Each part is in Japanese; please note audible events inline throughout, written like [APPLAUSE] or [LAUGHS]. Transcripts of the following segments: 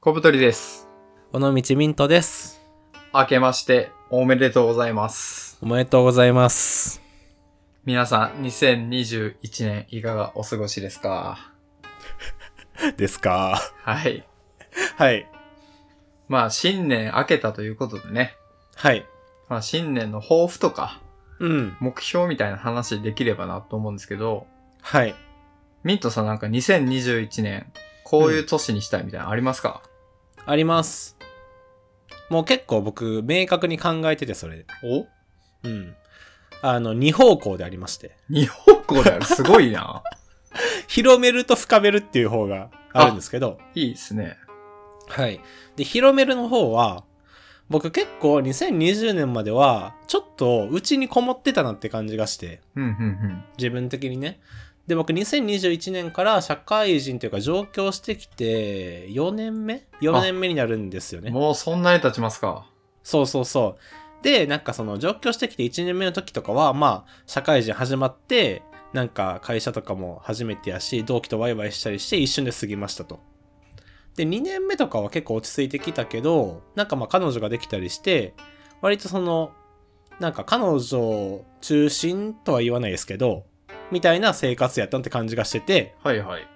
小太りです。尾道ミントです。明けましておめでとうございます。おめでとうございます。皆さん、2021年いかがお過ごしですかですか [LAUGHS] はい。はい。まあ、新年明けたということでね。はい。まあ、新年の抱負とか、うん。目標みたいな話できればなと思うんですけど、はい。ミントさんなんか2021年、こういう年にしたいみたいなのありますか、あります。もう結構僕、明確に考えてて、それ。おうん。あの、二方向でありまして。二方向だよ。すごいな。広めると深めるっていう方があるんですけど。 [LAUGHS] いいですね。はい。で、広めるの方は、僕結構2020年までは、ちょっとうちにこもってたなって感じがして。うん、うん、自分的にねで僕2021年から社会人というか上京してきて4年目4年目になるんですようん。ねもうそんなに経ちますか。そうそうそうでなんかその上京してきて1年目の時とかはまあ社会人始まってなんか会社とかも初めてやし同期とワイワイしたりして一瞬で過ぎましたとで2年目とかは結構落ち着いてきたけどなんかまあ彼女ができたりして割とそのなんか彼女中心とは言わないですけどみたいな生活やったって感じがしててはいはい。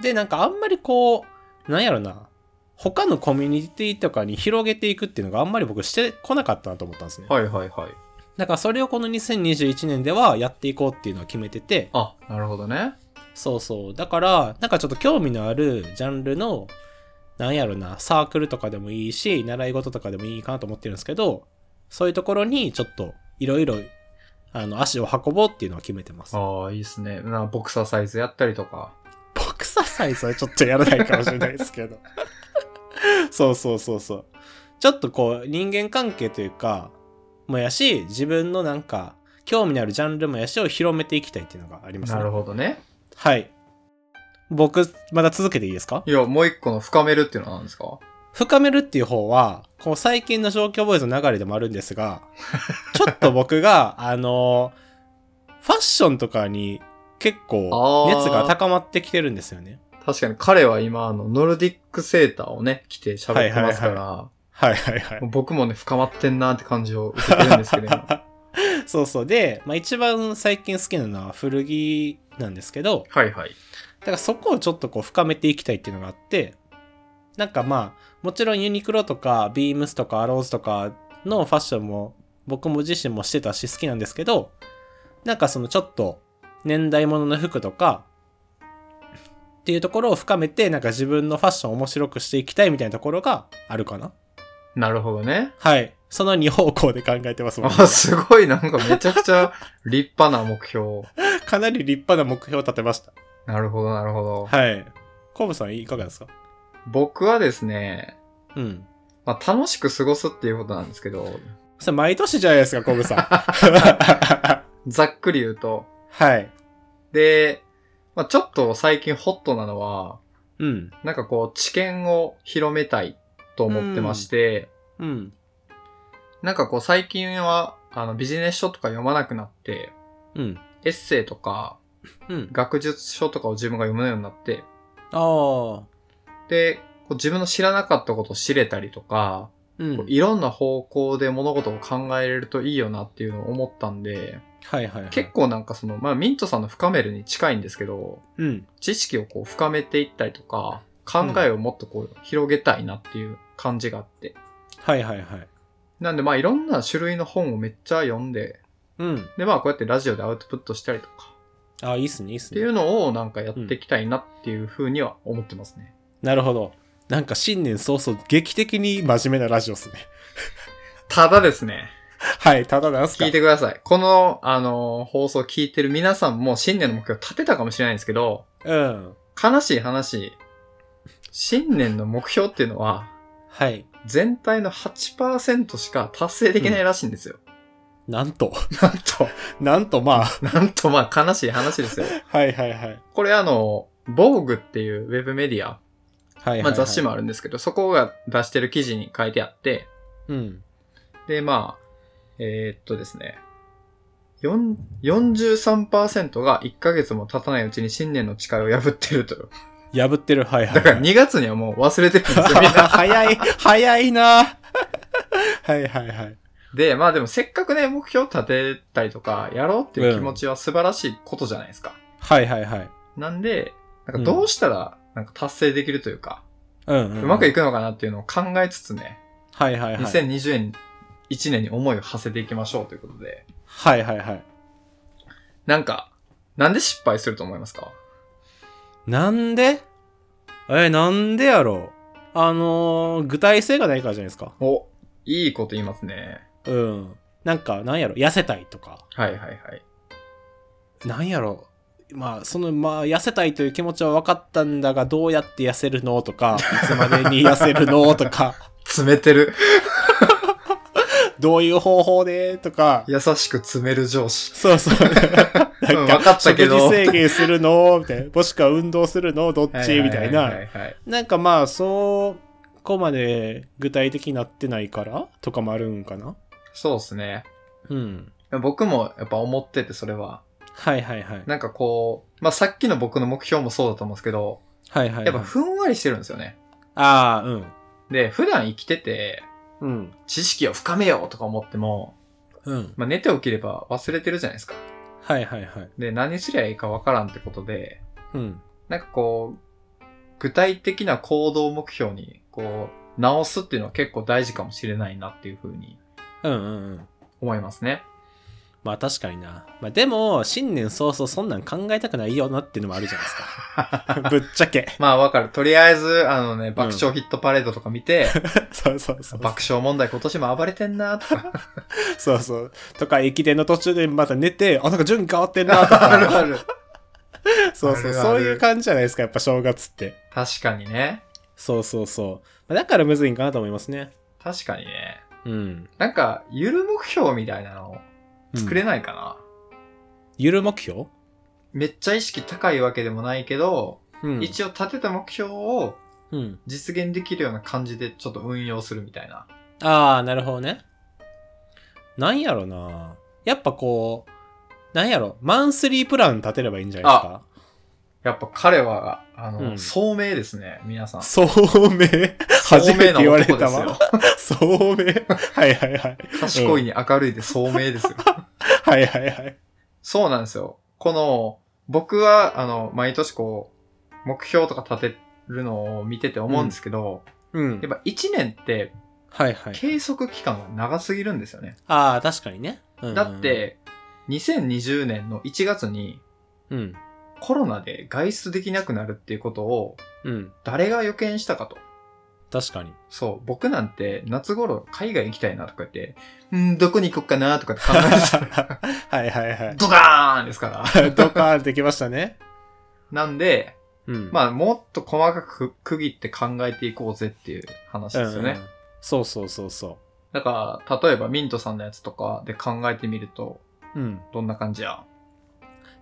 でなんかあんまりこうなんやろな他のコミュニティとかに広げていくっていうのがあんまり僕してこなかったなと思ったんですね、はいはいはい。だからそれをこの2021年ではやっていこうっていうのを決めててあ、なるほどね。そうそうだからなんかちょっと興味のあるジャンルのなんやろなサークルとかでもいいし習い事とかでもいいかなと思ってるんですけどそういうところにちょっといろいろあの足を運ぼうっていうのは決めてますああ、いいっすね。なボクサーサイズやったりとか。ボクサーサイズはちょっとやらないかもしれないです [LAUGHS] けど。そうそうそうそう。ちょっとこう人間関係というか、もやし、自分のなんか、興味のあるジャンルもやしを広めていきたいっていうのがありますね。なるほどね。はい。僕、まだ続けていいですかいや、もう一個の深めるっていうのは何ですか深めるっていう方は、こう最近の状況ボーイズの流れでもあるんで [LAUGHS] すが、ちょっと僕が、あのファッションとかに結構熱が高まってきてるんですよね。確かに彼は今、あの、ノルディックセーターをね、着て喋ってますから、はいはいはいはい。僕もね、深まってんなって感じを受けてるんですけど、 [LAUGHS] 今そうそうで、まあ、一番最近好きなのは古着なんですけどはいはい。だからそこをちょっとこう深めていきたいっていうのがあってなんかまあもちろんユニクロとかビームスとかアローズとかのファッションも僕も自身もしてたし好きなんですけどなんかそのちょっと年代物の服とかっていうところを深めてなんか自分のファッションを面白くしていきたいみたいなところがあるかななるほどね。はいその2方向で考えてます僕あ、すごい、なんかめちゃくちゃ立派な目標。かなり立派な目標を立てましたなるほど、なるほど。はい。コブさん、いかがですか僕はですね、うん。まあ、楽しく過ごすっていうことなんですけど、それ、毎年じゃないですか、コブさ [LAUGHS] ん。はざっくり言うと、い。で、まあ、ちょっと最近ホットなのは、うん。なんかこう、知見を広めたいと思ってまして、うん。なんかこう、最近は、あの、ビジネス書とか読まなくなって、うん。エッセイとか、うん。学術書とかを自分が読むようになって、ああ。で、こう自分の知らなかったことを知れたりとか、うん。こはういいろんな方向で物事を考えれるといいよなっていうのを思ったんで、はいはい。結構なんかその、まあ、ミントさんの深めるに近いんですけど、うん。知識をこう深めていったりとか、考えをもっとこう広げたいなっていう感じがあって。はいはいはい。なんでまあいろんな種類の本をめっちゃ読んで、うん。でまあこうやってラジオでアウトプットしたりとか、ああ、いいっすね、いいっっすていね。うのをなんかやっていきたいなっていうふうには思ってますね。なるほど。なんか新年早々劇的に真面目なラジオっすね。 [LAUGHS] ただですね、はい、ただなんすか聞いてください。この、あのー放送聞いてる皆さんも新年の目標立てたかもしれないんですけど、うん。悲しい話、新年の目標っていうのは、はい。全体の8%しか達成できないらしいんですよ。なんと。 [LAUGHS] なん [LAUGHS] と、なんとまあ。 [LAUGHS] なんとまあ悲しい話ですよ。はいはいはい。これあの、防具っていうウェブメディア、はいはい、はい。まあ雑誌もあるんですけど、そこが出してる記事に書いてあって、うん。でまあ、えーっとですね、4 43%が1ヶ月も経たないうちに新年の誓いを破ってるという。破ってる、はいはい。だから2月にはもう忘れてるんですよ、みんな。 [LAUGHS] 早い、早いなはいはいはい。で、まあでもせっかくね、目標立てたりとか、やろうっていう気持ちは素晴らしいことじゃないですか。はいはいはい。なんで、なんかどうしたら、なんか達成できるというか、うん、ううん。まくいいくのかなっていうのを考えつつね、はいはいはい。 2020年、1年に思いを馳せていきましょうということで、はいはいはい。なんか、なんで失敗すると思いますかなんでえ、なんでやろうあのー具体性がないからじゃないですか。お、いいこと言いますね。うん。なんか、なんやろ痩せたいとか。はいはいはい。なんやろまあ、その、まあ、痩せたいという気持ちは分かったんだが、どうやって痩せるのとか、いつまでに痩せるのとか、詰めてる。どういう方法でとか。 [LAUGHS] 優しく詰める上司。そうそう。なんか、分かったけど食事制限するのみたいな。もしくは運動するのどっはいちみはたいはな。はいはい。なんかまあ、そこまで具体的になってないからとかもあるんかな。そうですね。うん。僕もやっぱ思ってて、それは。はいはいはい。なんかこう、まあ、さっきの僕の目標もそうだと思うんですけど、はいはいはい。やっぱふんわりしてるんですよね。ああ、うん。で、普段生きてて、うん。知識を深めようとか思っても、うん。まあ、寝て起きれば忘れてるじゃないですか。はいはいはい。で、何すりゃいいかわからんってことで、うん。なんかこう、具体的な行動目標に、こう、直すっていうのは結構大事かもしれないなっていうふうにうんうんうん。思います [LAUGHS] ね。まあ確かにな。まあでも、新年早々そんなん考えたくないよなっていうのもあるじゃないです [LAUGHS] か。ぶっちゃけ。まあわかる。とりあえず、あのね、爆笑ヒットパレードとか見 [LAUGHS] て、そうそうそう。爆笑問題今年も暴れてんなとか。そうそう。とか、駅伝の途中でまた寝て、あ、なんか順位変わってんなとか。る。そうそあるあう。るそういう感じじゃないですか、やっぱ正月って。確かにね。そうそうそう。まあだからむずいんかなと思いますね。確かにね。うん。なんか、ゆる目標みたいなの作れうんないかな。ゆる目標めっちゃ意識高いわけでもないけど、うん一応立てた目標をうん。実現できるような感じでちょっと運用するみたいな。ああ、なるほどね。なんやろな。やっぱこう、なんやろ、マンスリープラン立てればいいんじゃなやっぱ彼は、あの、うん聡明ですね、皆さんいで。すか。聡明。初めて言われた聡明なわ男。で聡明。はいはいはい。すよ。賢いに明るいで聡明ですよ。はいはいはい。そうなんですよ。この、僕は、あの、毎年こう、目標とか立てるのを見てて思うんですけど、うんや。っぱ1年ってはいはい。計測期間が長すぎるんですよね。ああ、確かにね。うんうんだっ、て、2020年の1月にうん。コロナで外出できなくなるっていうことをうん。誰が予見したかと。[LAUGHS] 確かに。そう、僕なんて夏頃海外行きたいなとか言って、うん、どこに行こっかなとかって考えてた。 [LAUGHS] はいはいはい。ドカーンですから。 [LAUGHS] ドカーンできましたね。なんで、うん。まあ、もっと細かく区切って考えていこうぜっていう話うんでうんすよね。そうそうそうそだから、例えばミントさんのやつとかで考えてみると、う。うん。どんな感じや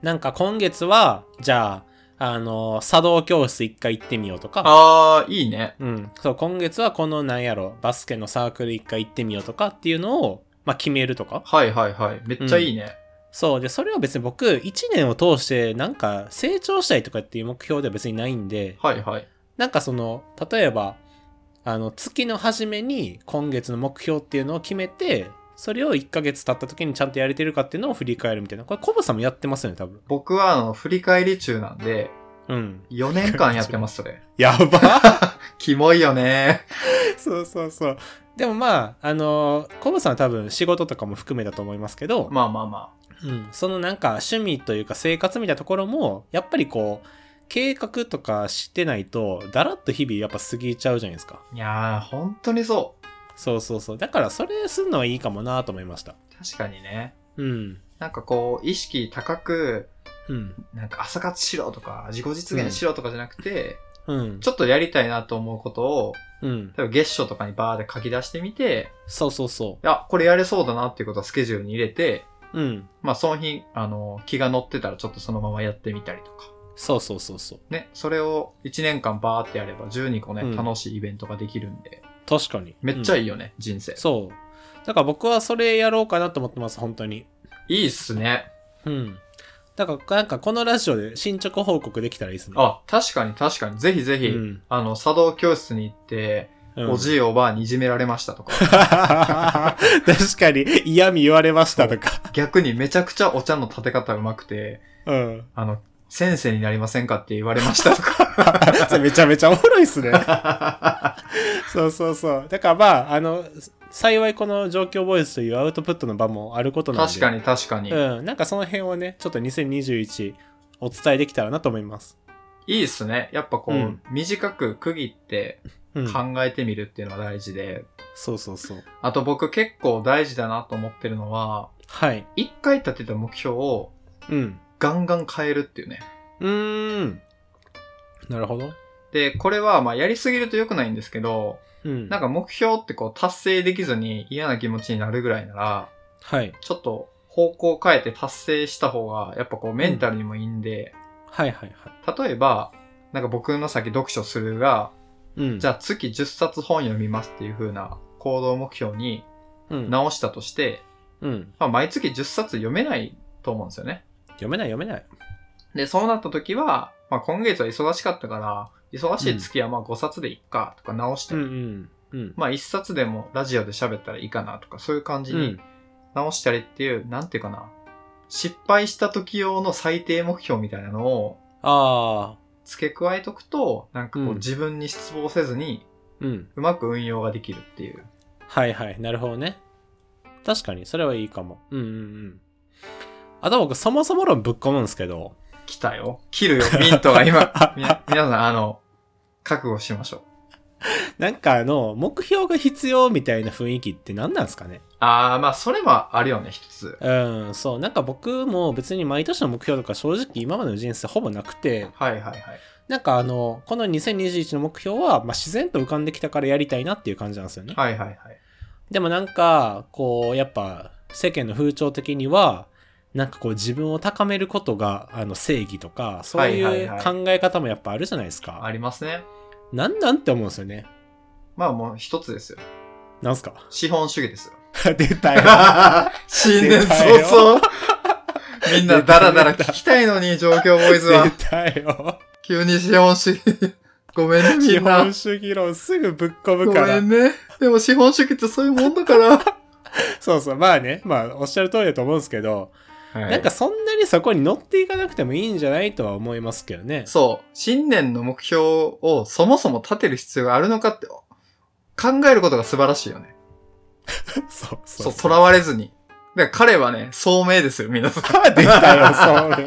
なんか今月は、じゃあ、あの、茶道教室一回行ってみようとか、あー、いいね。うん。そう、今月はこのなんやろ、バスケのサークル一回行ってみようとかっていうのを、まあ決めるとか。はいはいはい。めっちゃいいね。そう。で、それは別に僕、1年を通してなんか成長したいとかっていう目標では別にないんで、はいはい。なんかその、例えば、あの、月の初めに今月の目標っていうのを決めて、それを1ヶ月経った時にちゃんとやれてるかっていうのを振り返るみたいな。これ、コブさんもやってますよね、多分。僕は、あの、振り返り中なんで、うん。 4年間やってます、そ [LAUGHS] れ。やばキモいよね。そうそうそう。でもまあ、あのコブさんは多分仕事とかも含めだと思いますけど、まあまあまあ。うん、そのなんか趣味というか生活みたいなところも、やっぱりこう、計画とかしてないと、だらっと日々やっぱ過ぎちゃうじゃないですか。いやー、本当にそそうそうそう。だからそれするのはいいかもなと思いました。う。確かにね。うん。なんかこう、意識高く、うん。なんか朝活しろとか、自己実現しろとかじゃなくて、うん。ちょっとやりたいなと思うことを、うん。例えば月初とかにバーで書き出してみて、そうそうそあ、これやれそうだなっていうことはスケジュールに入れて、う。うん。まあその日、あの、気が乗ってたらちょっとそのままやってみたりとか。そうそうそうそう。ね、それを1年間バーってやれば12個ね、うん楽しいイベントができるんで、確かに。めっちゃい、いいよね、人生。そう。だから僕はそれやろうかなと思ってます、本当に。いいっすね。うん。だから、なんかこのラジオで進捗報告できたらいいですね。あ、確かに確かに。ぜひぜひ、うん、あの、茶道教室に行って、うんお [LAUGHS] じいおばあにいじめられましたとか、確かに嫌味言われましたとか。逆にめちゃくちゃお茶の立て方うまくて、うん。あの、先生になりませんかって言われましたとそれめちゃめちゃおもろいっすね。か。そうそうそう。だからまあ、あの、幸いこの状況ボイスというアウトプットの場もあることなんで。確かに確かに。うん。なんかその辺をね、ちょっと2021お伝えできたらなと思います。いいっすね。やっぱこう、うん短く区切ってうん。考えてみるっていうのは大事で、そうそうそう。あと僕結構大事だなと思ってるのは、はい。一回立てた目標をうん。ガンガン変えるっていうね。うーん。なるほど。で、これはまあやりすぎると良くないんですけど、うん。なんか目標ってこう達成できずに嫌な気持ちになるぐらいなら、はい。ちょっと方向を変えて達成した方がやっぱこうメンタルにもいいんで、はいはいはい。例えば、なんか僕の先読書するが、うん。じゃゃあ月10冊本読みますっていう風な行動目標にうん。直したとして、うん。まあ、毎月10冊読めないと思うんですよね。読めない読めない。で、そうなった時は、まあ今月は忙しかったから、忙しい月はまあ5冊でいっかとか直して、うんうん。うん。まあ1冊でもラジオで喋ったらいいかなとか、そういう感じうにん。直したりっていう、なんていうかな、失敗した時用の最低目標みたいなのをああ。付け加えとくと、なんかこううん自分に失望せずに、うん。うまく運用ができるっていう。はいはい。なるほどね。確かに、それはいいかも。うんうんうん。あと僕、そもそも論ぶっ込むんですけど。来たよ。切るよ、ミントが今。 [LAUGHS] みな皆さん、あの、覚悟しましょう。なんかあの、目標が必要みたいな雰囲気って何なんですかねあー、まあ、それもあるよね、一つ。うん、そう。なんか僕も別に毎年の目標とか正直今までの人生ほぼなくて、はいはいはい。なんかあの、この2021の目標は、まあ、自然と浮かんできたからやりたいなっていう感じなんですよね。はいはいはい。でもなんか、こう、やっぱ世間の風潮的には、なんかこう自分を高めることがあの正義とか、そういはいはいうはい考え方もやっぱあるじゃないですか。ありますね。なんなんって思うんですよね。まあもう一つですよ。なんすか [LAUGHS] 資本主義です [LAUGHS] よ。出たよ。新年出たよ早々。みんなダラダラ聞きたいのに、状況ボーイズは出。たよ。急に資本主義。ごめんね、み資んな本。主義論すぐぶっ込ごむからめ。んね。でも資本主義ってそういうもんだ [LAUGHS] から。そうそう。まあね、まあおっしゃる通りだと思うんですけど、なんかそんなにそこに乗っていかなくてもいいんじゃないとは思いますけどね。そう。新年の目標をそもそも立てる必要があるのかって、考えることが素晴らしいよね。そうそそうう、囚われずに。だから彼はね、聡明ですよ、皆 [LAUGHS] さん。出たよ、そう [LAUGHS] ね。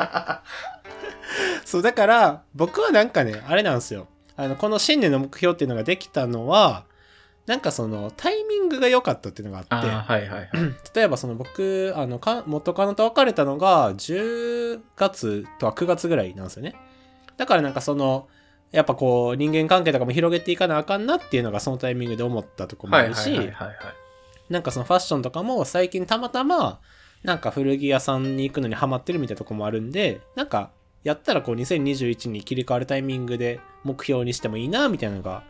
そう、だから、僕はなんかね、あれなんですよ。あの、この新年の目標っていうのができたのは、なんかその、タイミングが良かったっていうのがあ [LAUGHS] って、はいはいはい。例えばその僕、あの、か元カノと別れたのが、10月とか9月ぐらいなんですよね。だからなんかその、やっぱこう、人間関係とかも広げていかなあかんなっていうのがそのタイミングで思ったとこもあはいはいるし、はいはい。なんかそのファッションとかも最近たまたま、なんか古着屋さんに行くのにハマってるみたいなとこもあるんで、なんかやったらこう2021に切り替わるタイミングで目標にしてもいいなみたいなのが、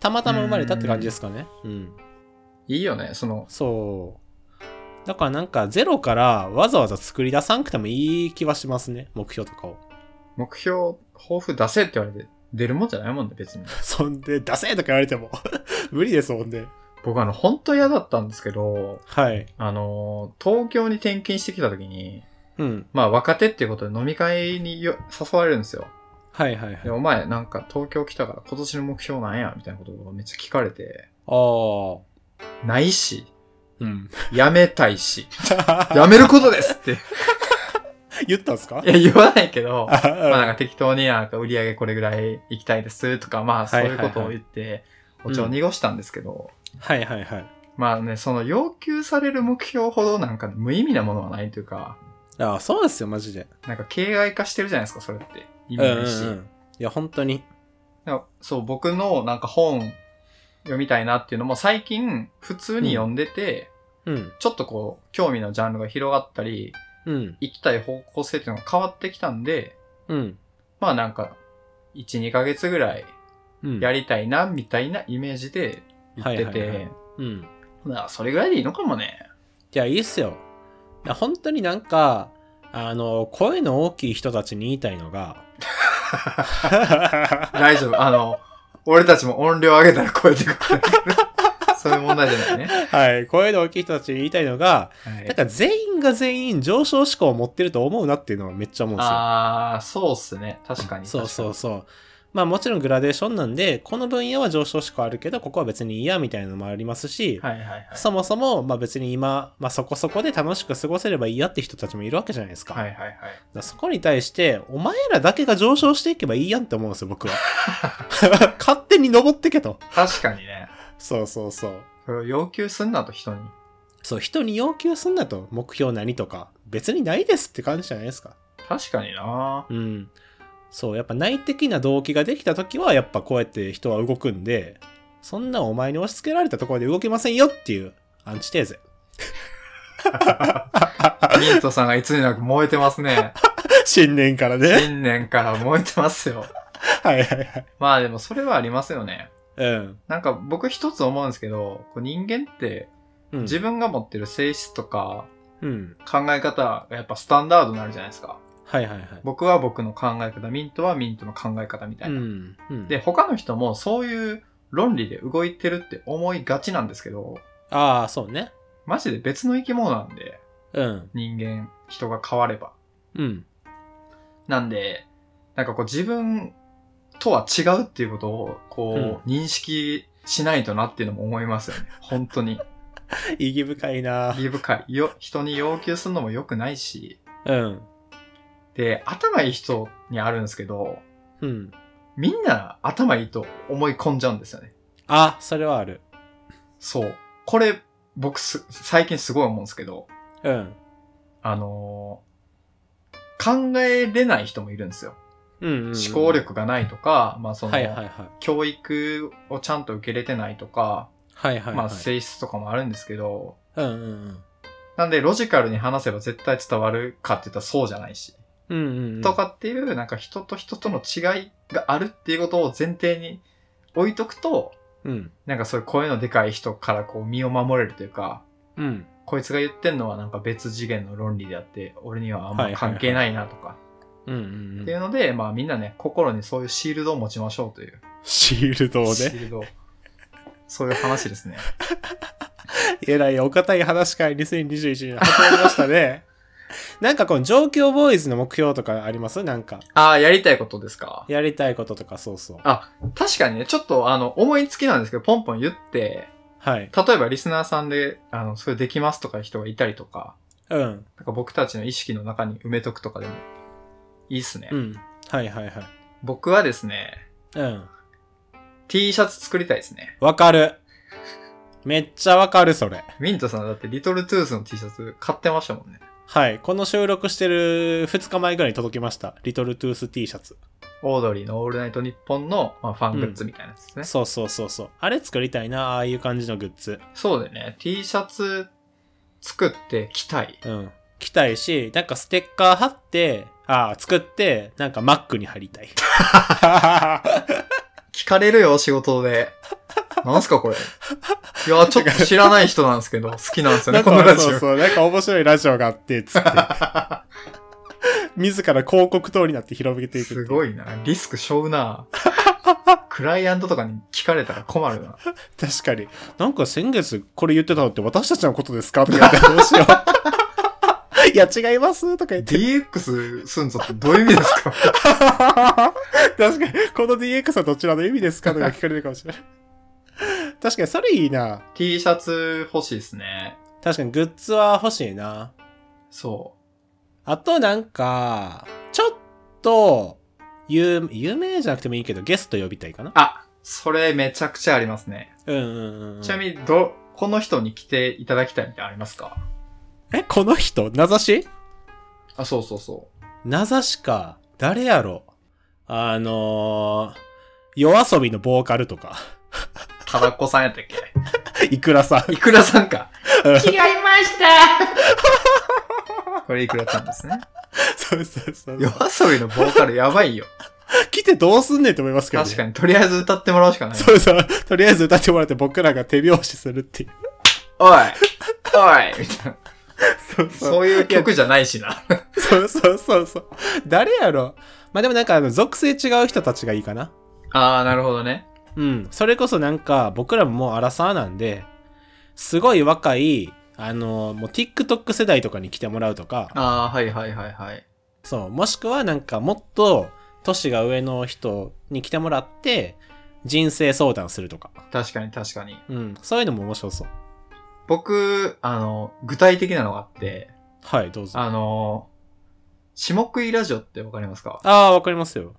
たまたま生まれたって感じですかね。うん。いいよね、その、そう。だからなんかゼロからわざわざ作り出さんくてもいい気はしますね。目標とかを。 [LAUGHS] 目標、抱負出せって言われて、出るもんじゃないもんね、別に。そんで、出せとか言われても。 [LAUGHS] 無理ですもんね。僕あの、本当嫌だったんですけど、はい。あのー、東京に転勤してきた時に、うん。まあ若手っていうことで飲み会によ誘われるんですよ。はいはいはい。で、あお前なんか東京来たから今年の目標なんやみたいなことをめっちゃ聞かれて、あー。ないし、うん。やめたいし、やめることですって。い [LAUGHS] 言ったんすかや、言わないけど、あまあうんなんか適当になんか売り上げこれぐらい行きたいですとか、まあそういうことを言って、いはいお茶を濁したんですけど、はいはいはい。まあね、その要求される目標ほどなんか無意味なものはないというか、ああ、そうですよ、マジで。なんか形骸化してるじゃないですか、それって。意うん味うんなういし。ん。いや、本当に。だからそう、僕のなんか本読みたいなっていうのも最近普通に読んでて、うん。ちょっとこう、興味のジャンルが広がったり、うん。行きたい方向性っていうのが変わってきたんで、うん。まあなんか、1、2ヶ月ぐらいうん。やりたいな、みたいなイメージで言ってはいはいはてい、うん。まあそれぐらいでいいのかもね。いや、いいっすよ。いや、本当になんか、あの、声の大きい人たちに言いたい [LAUGHS] のが、大丈夫。あの、 [LAUGHS] 俺たちも音量上げたら超えてくる。 [LAUGHS] そういう問題じゃないね。はい、声の大きい人たちに言いたいのが、はいなんか全員が全員上昇志向を持ってると思うなっていうのはめっちゃ思うんですよ。ああ、そうっすね。確かに。そうそう確そう。まあもちろんグラデーションなんで、この分野は上昇志向あるけど、ここは別に嫌みたいなのもありますし、かに。はいはいはい。そもそも、まあ別に今、まあそこそこで楽しく過ごせればいいやって人たちもいるわけじゃないですか。はだいはいはい。からそこに対して、お前らだけが上昇していけばいいやんって思うんですよ、 [LAUGHS] 僕は。勝手に登ってけと。確かにね。そうそうそう。それを要求すんなと人に。そう、人に要求すんなと、目標何とか、別にないですって感じじゃないですか。確かになうん。そう、やっぱ内的な動機ができた時は、やっぱこうやって人は動くんで、そんなお前に押し付けられたところで動けませんよっていうアンチテー [LAUGHS] ゼ。ミントさんがいつになく燃えてますね。新年からね。新年から燃えてますよ。 [LAUGHS] はいはいはい。まあでもそれはありますよね。うん。なんか僕一つ思うんですけど、こう人間ってうん、自分が持ってる性質とかうん。考え方がやっぱスタンダードになるじゃないですか。はいはいはい。僕は僕の考え方、ミントはミントの考え方みたういな。ん。うん、で、、他の人もそういう論理で動いてるって思いがちなんですけど、ああ、そうね。マジで別の生き物なんで、うん。人間、人が変われば。うん。なんで、なんかこう自分とは違うっていうことを、こう、認識しないとなっていうのも思いますよね。 [LAUGHS] 本当に。 [LAUGHS] 意義深いな義深い。よ、人に要求するのも良くないし。うん。で、頭いい人にあるんですけど、うん。みんな頭いいと思い込んじゃうんですよね。あ、それはある。そう。これ、僕す、最近すごい思うんですけど、うん。あのー考えれない人もいるんですよ。うん、うん。思考。力がないとか、まあその、はいはいはい。教育をちゃんと受けれてないとか、はいはい、はい。まあ性質とかもあるんですけど、うんうんうん。なんでロジカルに話せば絶対伝わるかって言ったらそうじゃないし、うんうんうん。とかっていうなんか人と人との違いがあるっていうことを前提に置いとくと、うん。なんかそういう声のでかい人からこう身を守れるというか、うん。こいつが言ってんのはなんか別次元の論理であって、俺にはあんま関係ないなとか、うんうんうっんていうので、まあみんなね、心にそういうシールドを持ちましょうという。シールドをシね。ールド。そういう話ですね。えらいお堅い話会2021に始まりました [LAUGHS] ね。なんかこの上京ボーイズの目標とかありますなんか。ああ、やりたいことですかやりたいこととかそうそう。確かにね、ちょっとあの、思いつきなんですけど、ポンポン言って、はい。例えばリスナーさんで、あの、それできますとかいう人がいたりとか、うん。なんか僕たちの意識の中に埋めとくとかでも、いいっすね。うん。はいはいはい。僕はですね、うん。 T シャツ作りたいですね。わかる。めっちゃわかる、それ。ミントさんだってリトルトゥースの T シャツ買ってましたもんね。はい。この収録してる2日前ぐらいに届きました。リトルトゥース T シャツ。オードリーのオールナイトニッポンの、まあ、ファングッズみたいなやつですね。そうそうそうそう。あれ作りたいな、ああいう感じのグッズ。そうだよね。T シャツ作って着たい。うん。着たいし、なんかステッカー貼って、ああ、作って、なんか Mac に貼りたい。聞かれるよ、仕事 [LAUGHS] で。なんすか、これ。いや、ちょっと知らない人なんです [LAUGHS] [LAUGHS] けど、好きなんですよなね、んこのラかジそうオ。そう、なんか面白いラジオがあって、つって。 [LAUGHS] 自ら広告塔になって広げていくってすい。ごいな。リスクしょうな。 [LAUGHS] クライアントとかに聞かれたら困るな。確かに。なんか先月これ言ってたのって私たちのことですかとか言ってどう [LAUGHS] しよう。いや、違いますとか言って。 DX すんぞってどういう意味です [LAUGHS] か確かに、この DX はどちらの意味ですかとか聞かれるかもしれない。確かに、それいいな。 ?T シャツ欲しいですね。確かに、グッズは欲しいな。そあとなんか、ちょっと、有有名じゃなくてもいいけど、ゲスト呼びたいかなう。。あ、それめちゃくちゃありますね。うんうんうん。ちなみに、ど、この人に来ていただきたいみたいなのありますかえ、この人名指しあ、そうそうそう。名指しか。誰やろあのー、夜遊びのボーカルとか、 [LAUGHS] ただっこさんやったっけいくらさん。いくらさんか。違いましたこれいくらちゃんですね。 [LAUGHS] そうそうそう夜。遊びのボーカルやばいよ。 [LAUGHS] 来てどうすんねんと思いますけど、ね。確かに、とりあえず歌ってもらうしかない。 [LAUGHS] そうそう。とりあえず歌ってもらって僕らが手拍子するっていう。おいおいみたいな。そうそうそういう曲じゃないしな。そうそうそうそう。誰やろまあでもなんかあの属性違う人たちがいいかな。ああ、なるほどね。うん。それこそなんか僕らももうアラサーなんで、すごい若い、あの、もう TikTok 世代とかに来てもらうとか、ああ、はいはいはいはい。そう。もしくはなんかもっと年が上の人に来てもらって、人生相談するとか。確かに確かに。うん。そういうのも面白そう。僕、あの、具体的なのがあって、はい、どうぞ。ああの、下食いラジオってわかりますかあー、わかりますよ。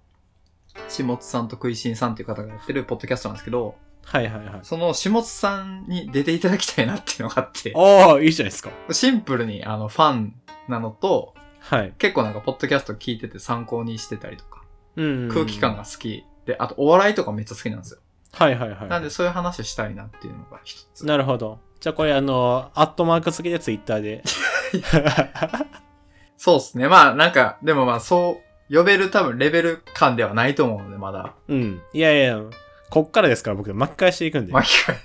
下津さんと食いしんさんっていう方がやってるポッドキャストなんですけど、はいはいはい。その下津さんに出ていただきたいなっていうのがあって、ああ、いいじゃないですか。シンプルにあのファンなのと、はい。結構なんかポッドキャスト聞いてて参考にしてたりとか、うん。空気感。が好きで、あとお笑いとかめっちゃ好きなんですよ。はいはいはい。なんでそういう話したいなっていうのが一つ。なるほど。じゃあこれあの、アットマーク付きでツイッタ [LAUGHS] ーで。そうっすね。まあなんか、でもまあそう、呼べる多分レベル感ではないと思うので、まだ。うん。いやいや、こっからですから僕巻き返していくんで。巻き返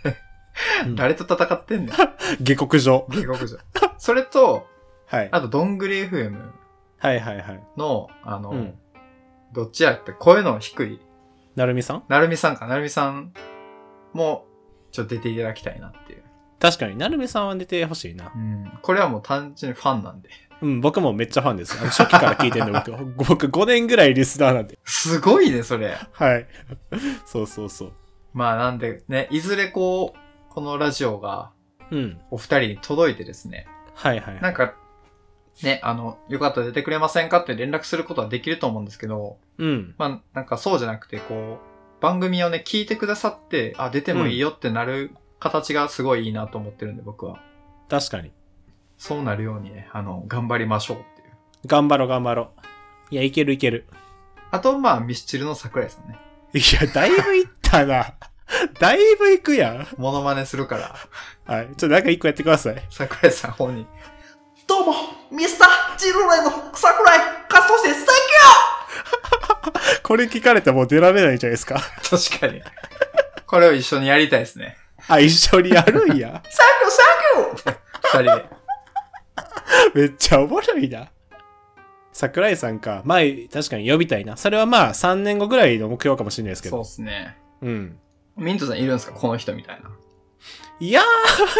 うん誰と戦って [LAUGHS] んねん。下克上。下克上。それと、はい。あと、どんぐり FM はいはいはい。の、あの、うんどっちやって、声の低い、なるみさんなるみさんか、なるみさんも、ちょっと出ていただきたいなっていう。確かになるみさんは出てほしいなう。ん。これはもう単純にファンなんで。うん、僕もめっちゃファンです。あの初期から聞いてるんで僕。 [LAUGHS] 僕5年ぐらいリスナーなんで。すごいね、それ。はい。 [LAUGHS] そうそうそう。まあ、なんで、ね、いずれこう、このラジオが、うん。お二人に届いてですね、はいはい。なんか、ね、あの、よかったら出てくれませんかって連絡することはできると思うんですけど、うん。まあ、なんかそうじゃなくて、こう、番組をね、聞いてくださって、あ、出てもいいよってなる形がすごいいいなと思ってるんで、僕は。確かに。そうなるようにね、あの、頑張りましょうっていう。頑張ろう頑張ろう。いや、いけるいける。あと、まあ、ミスチルの桜井さんね。いや、だいぶいったな。 [LAUGHS] だいぶいくやん。モノマネするから、はい。ちょっとなんか一個やってください。桜井さん本人。どうも、ミスター・ジルライの桜井和俊です。これ聞かれたらもう出られないじゃないですか。 [LAUGHS] 確かに。これを一緒にやりたいですね。あ、一緒にやるんや。 [LAUGHS] サンキュー、サンキュー二人で。めっちゃおもろいな。桜井さんか。前、確かに呼びたいな。それはまあ、3年後ぐらいの目標かもしれないですけそうど。ですね。う。うん。ミントさんいるんですかこの人みたいな。いや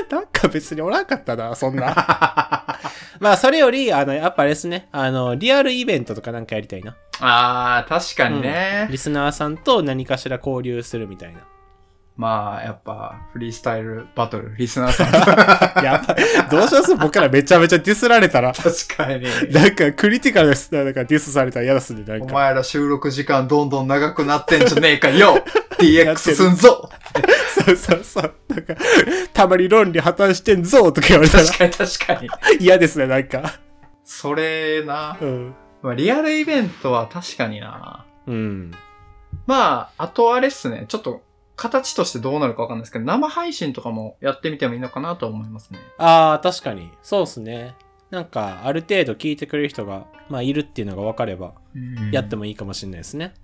ー、 [LAUGHS] なんか別におらんかったな、そんな。まあ、それより、あの、やっぱあれですね。あの、リアルイベントとかなんかやりたいな。あー、確かにね。リスナーさんと何かしら交流するみたいな。まあ、やっぱ、フリースタイルバトル、リスナー [LAUGHS] さんと。やばい。どうします僕らめちゃめちゃディスられたら。確かに。なんか、クリティカルです。なんか、ディスされたら嫌ですね。なんおか。前ら収録時間どんどん長くなってんじゃねえか [LAUGHS] よ !DX すんぞそうそうそう。なんか、たまに論理破綻してんぞとか言われたら確かに確かに。嫌ですね、なんか。それな。うん。まあ、リアルイベントは確かにな。うん。まあ、あとあれっすね。ちょっと、形としてどうなるかわかんないですけど、生配信とかもやってみてもいいのかなとは思いますね。ああ、確かに。そうっすね。なんか、ある程度聞いてくれる人が、まあ、いるっていうのが分かれば、やっても。もいいかもしれないですね。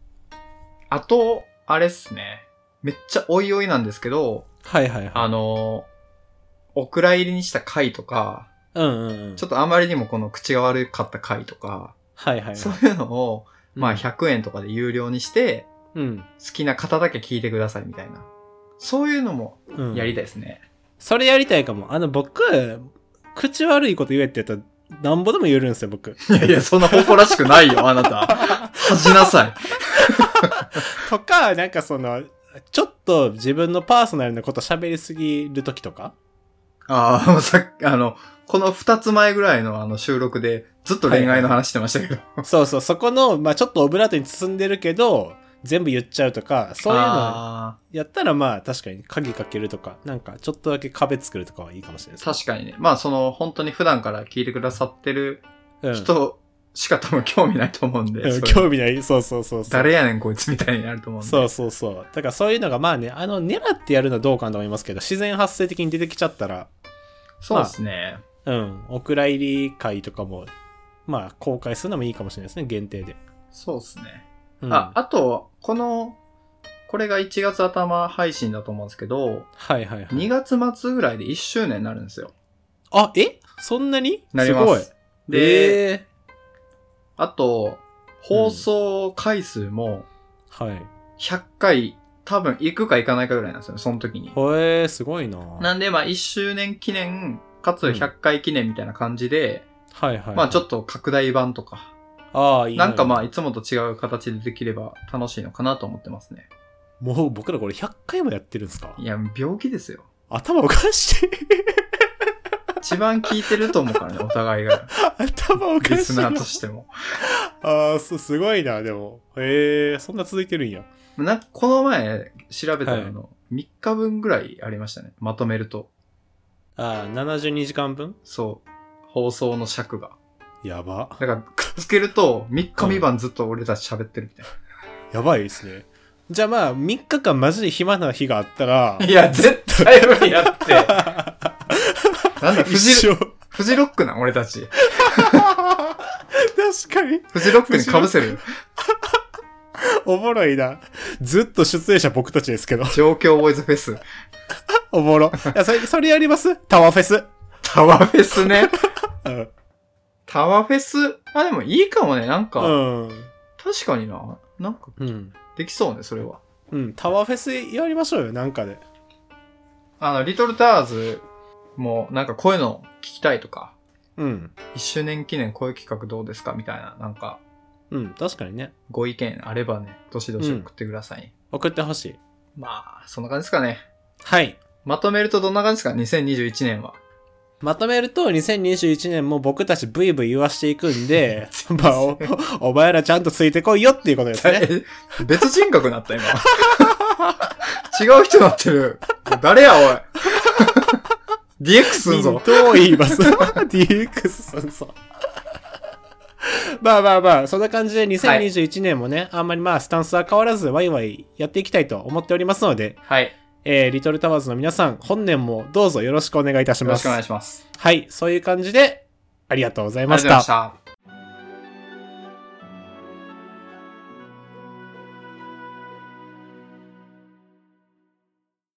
あと、あれっすね。めっちゃおいおいなんですけど、はいはいはい。あの、お蔵入りにした回とか、うんうんうん。ちょっと、っとあまりにもこの口が悪かった回とか、はいはいはい。そういうのを、まあ100円とかで有料にして、うん。好きな方だけ聞いてくださいみたいな。そういうのもうん。やりたいですね。それやりたいかも。あの、僕、口悪いこと言えって言ったら、なんぼでも言えるんですよ、僕。いやいや、そんな誇らしくないよ、あなた。 [LAUGHS] 恥じなさい。とか、なんかその、ちょっと自分のパーソナルなこと喋りすぎるときとか。ああ、もうさっき、あの、この二つ前ぐらいのあの収録でずっと恋愛の話してましたけど。そうそう、そこの、まあちょっとオブラートに包んでるけど、全部言っちゃうとか、そういうのあやったらまあ確かに鍵かけるとか、なんかちょっとだけ壁作るとかはいいかもしれないーです。確かにね。まあその、本当に普段から聞いてくださってるうん人しか多分興味ないと思うんで。うんそれ興味ない。そうそうそうそう。誰やねんこいつみたいになると思うんで。そうそうそう。だからそういうのがまあね、あの、狙ってやるのはどうかなと思いますけど、自然発生的に出てきちゃったら、そうですね。うん、お蔵入り会とかも、まあ公開するのもいいかもしれないですね、限定で。そうですね。うん、あ、あと、この、これが1月頭配信だと思うんですけど、はいはいはい。 2月末ぐらいで1周年になるんですよ。あ、えそんなになりますすごい。で、えあと、放送回数もーはい。 100回、多分行くか行かないかぐらいなんですよね、その時に。ほえー、すごいな。なんで、まあ、1周年記念、かつ100回記念みたいな感じで、はいはい。まあ、ちょっっと拡大版とか、と、ああ、いいなんかまあ、あ、いつもと違う形でできれば楽しいのかなと思ってますね。もう僕らこれ100回もやってるんですかいや、病気ですよ。頭おかしい。一番聞いてると思う [LAUGHS] からね、お互いが。頭おかしい。リスナーとしても。ああ、そう、すごいな、でも。へえ、そんな続いてるんや。なんかこの前調べたらあの、3日分ぐらいありましたね。まとめると。ああ、72時間分そう。放送の尺が。やば。だから、くっつけると、3日3晩ずっと俺たち喋ってるみたいやばいですね。じゃあまあ、3日間マジで暇な日があったら [LAUGHS] な。、いや、絶対無理やって。 [LAUGHS] なんだ、フジ一ロ、生。 [LAUGHS] フジロックなん、俺たち。確かに。フジロックに被せる。おもろいな。ずっと出演者僕たちですけど。状況ボーイズフェス。おもろ。いや、それ、それやりますタワーフェス。タワーフェスね。うん。タワーフェス。あ、でもいいかもね。なんか、うん。確かにな。なんか、うん。できそうね、それは。うん。タワーフェスやりましょうよ、なんかで。あの、リトルターズも、なんかこういうの聞きたいとか、うん。 1周年記念こういう企画どうですかみたいな、なんか、うん、確かにね。ご意見あればね、どしどし送ってください。送ってほしい。まあ、そんな感じですかね。はい。まとめるとどんな感じですか ?2021 年は。まとめると、2021年も僕たちブイブイ言わしていくん [LAUGHS] で、まあ、お、お前らちゃんとついてこいよっていうことです [LAUGHS] ね。え別人格になった、今。違う人になってる。誰 [LAUGHS] や、おい。DX すんぞ。どう言います ?DX すんぞ。まあまあまあ、そんな感じで2021年もね、あんまりまあ、スタンスは変わらず、ワイワイやっていきたいと思っておりますので、はい。えー、リトルタワーズの皆さん、本年もどうぞよろしくお願いいたしよろましす。くお願いします。はい、そういう感じで、ありがとうござあいりがまとうしございたまし。た。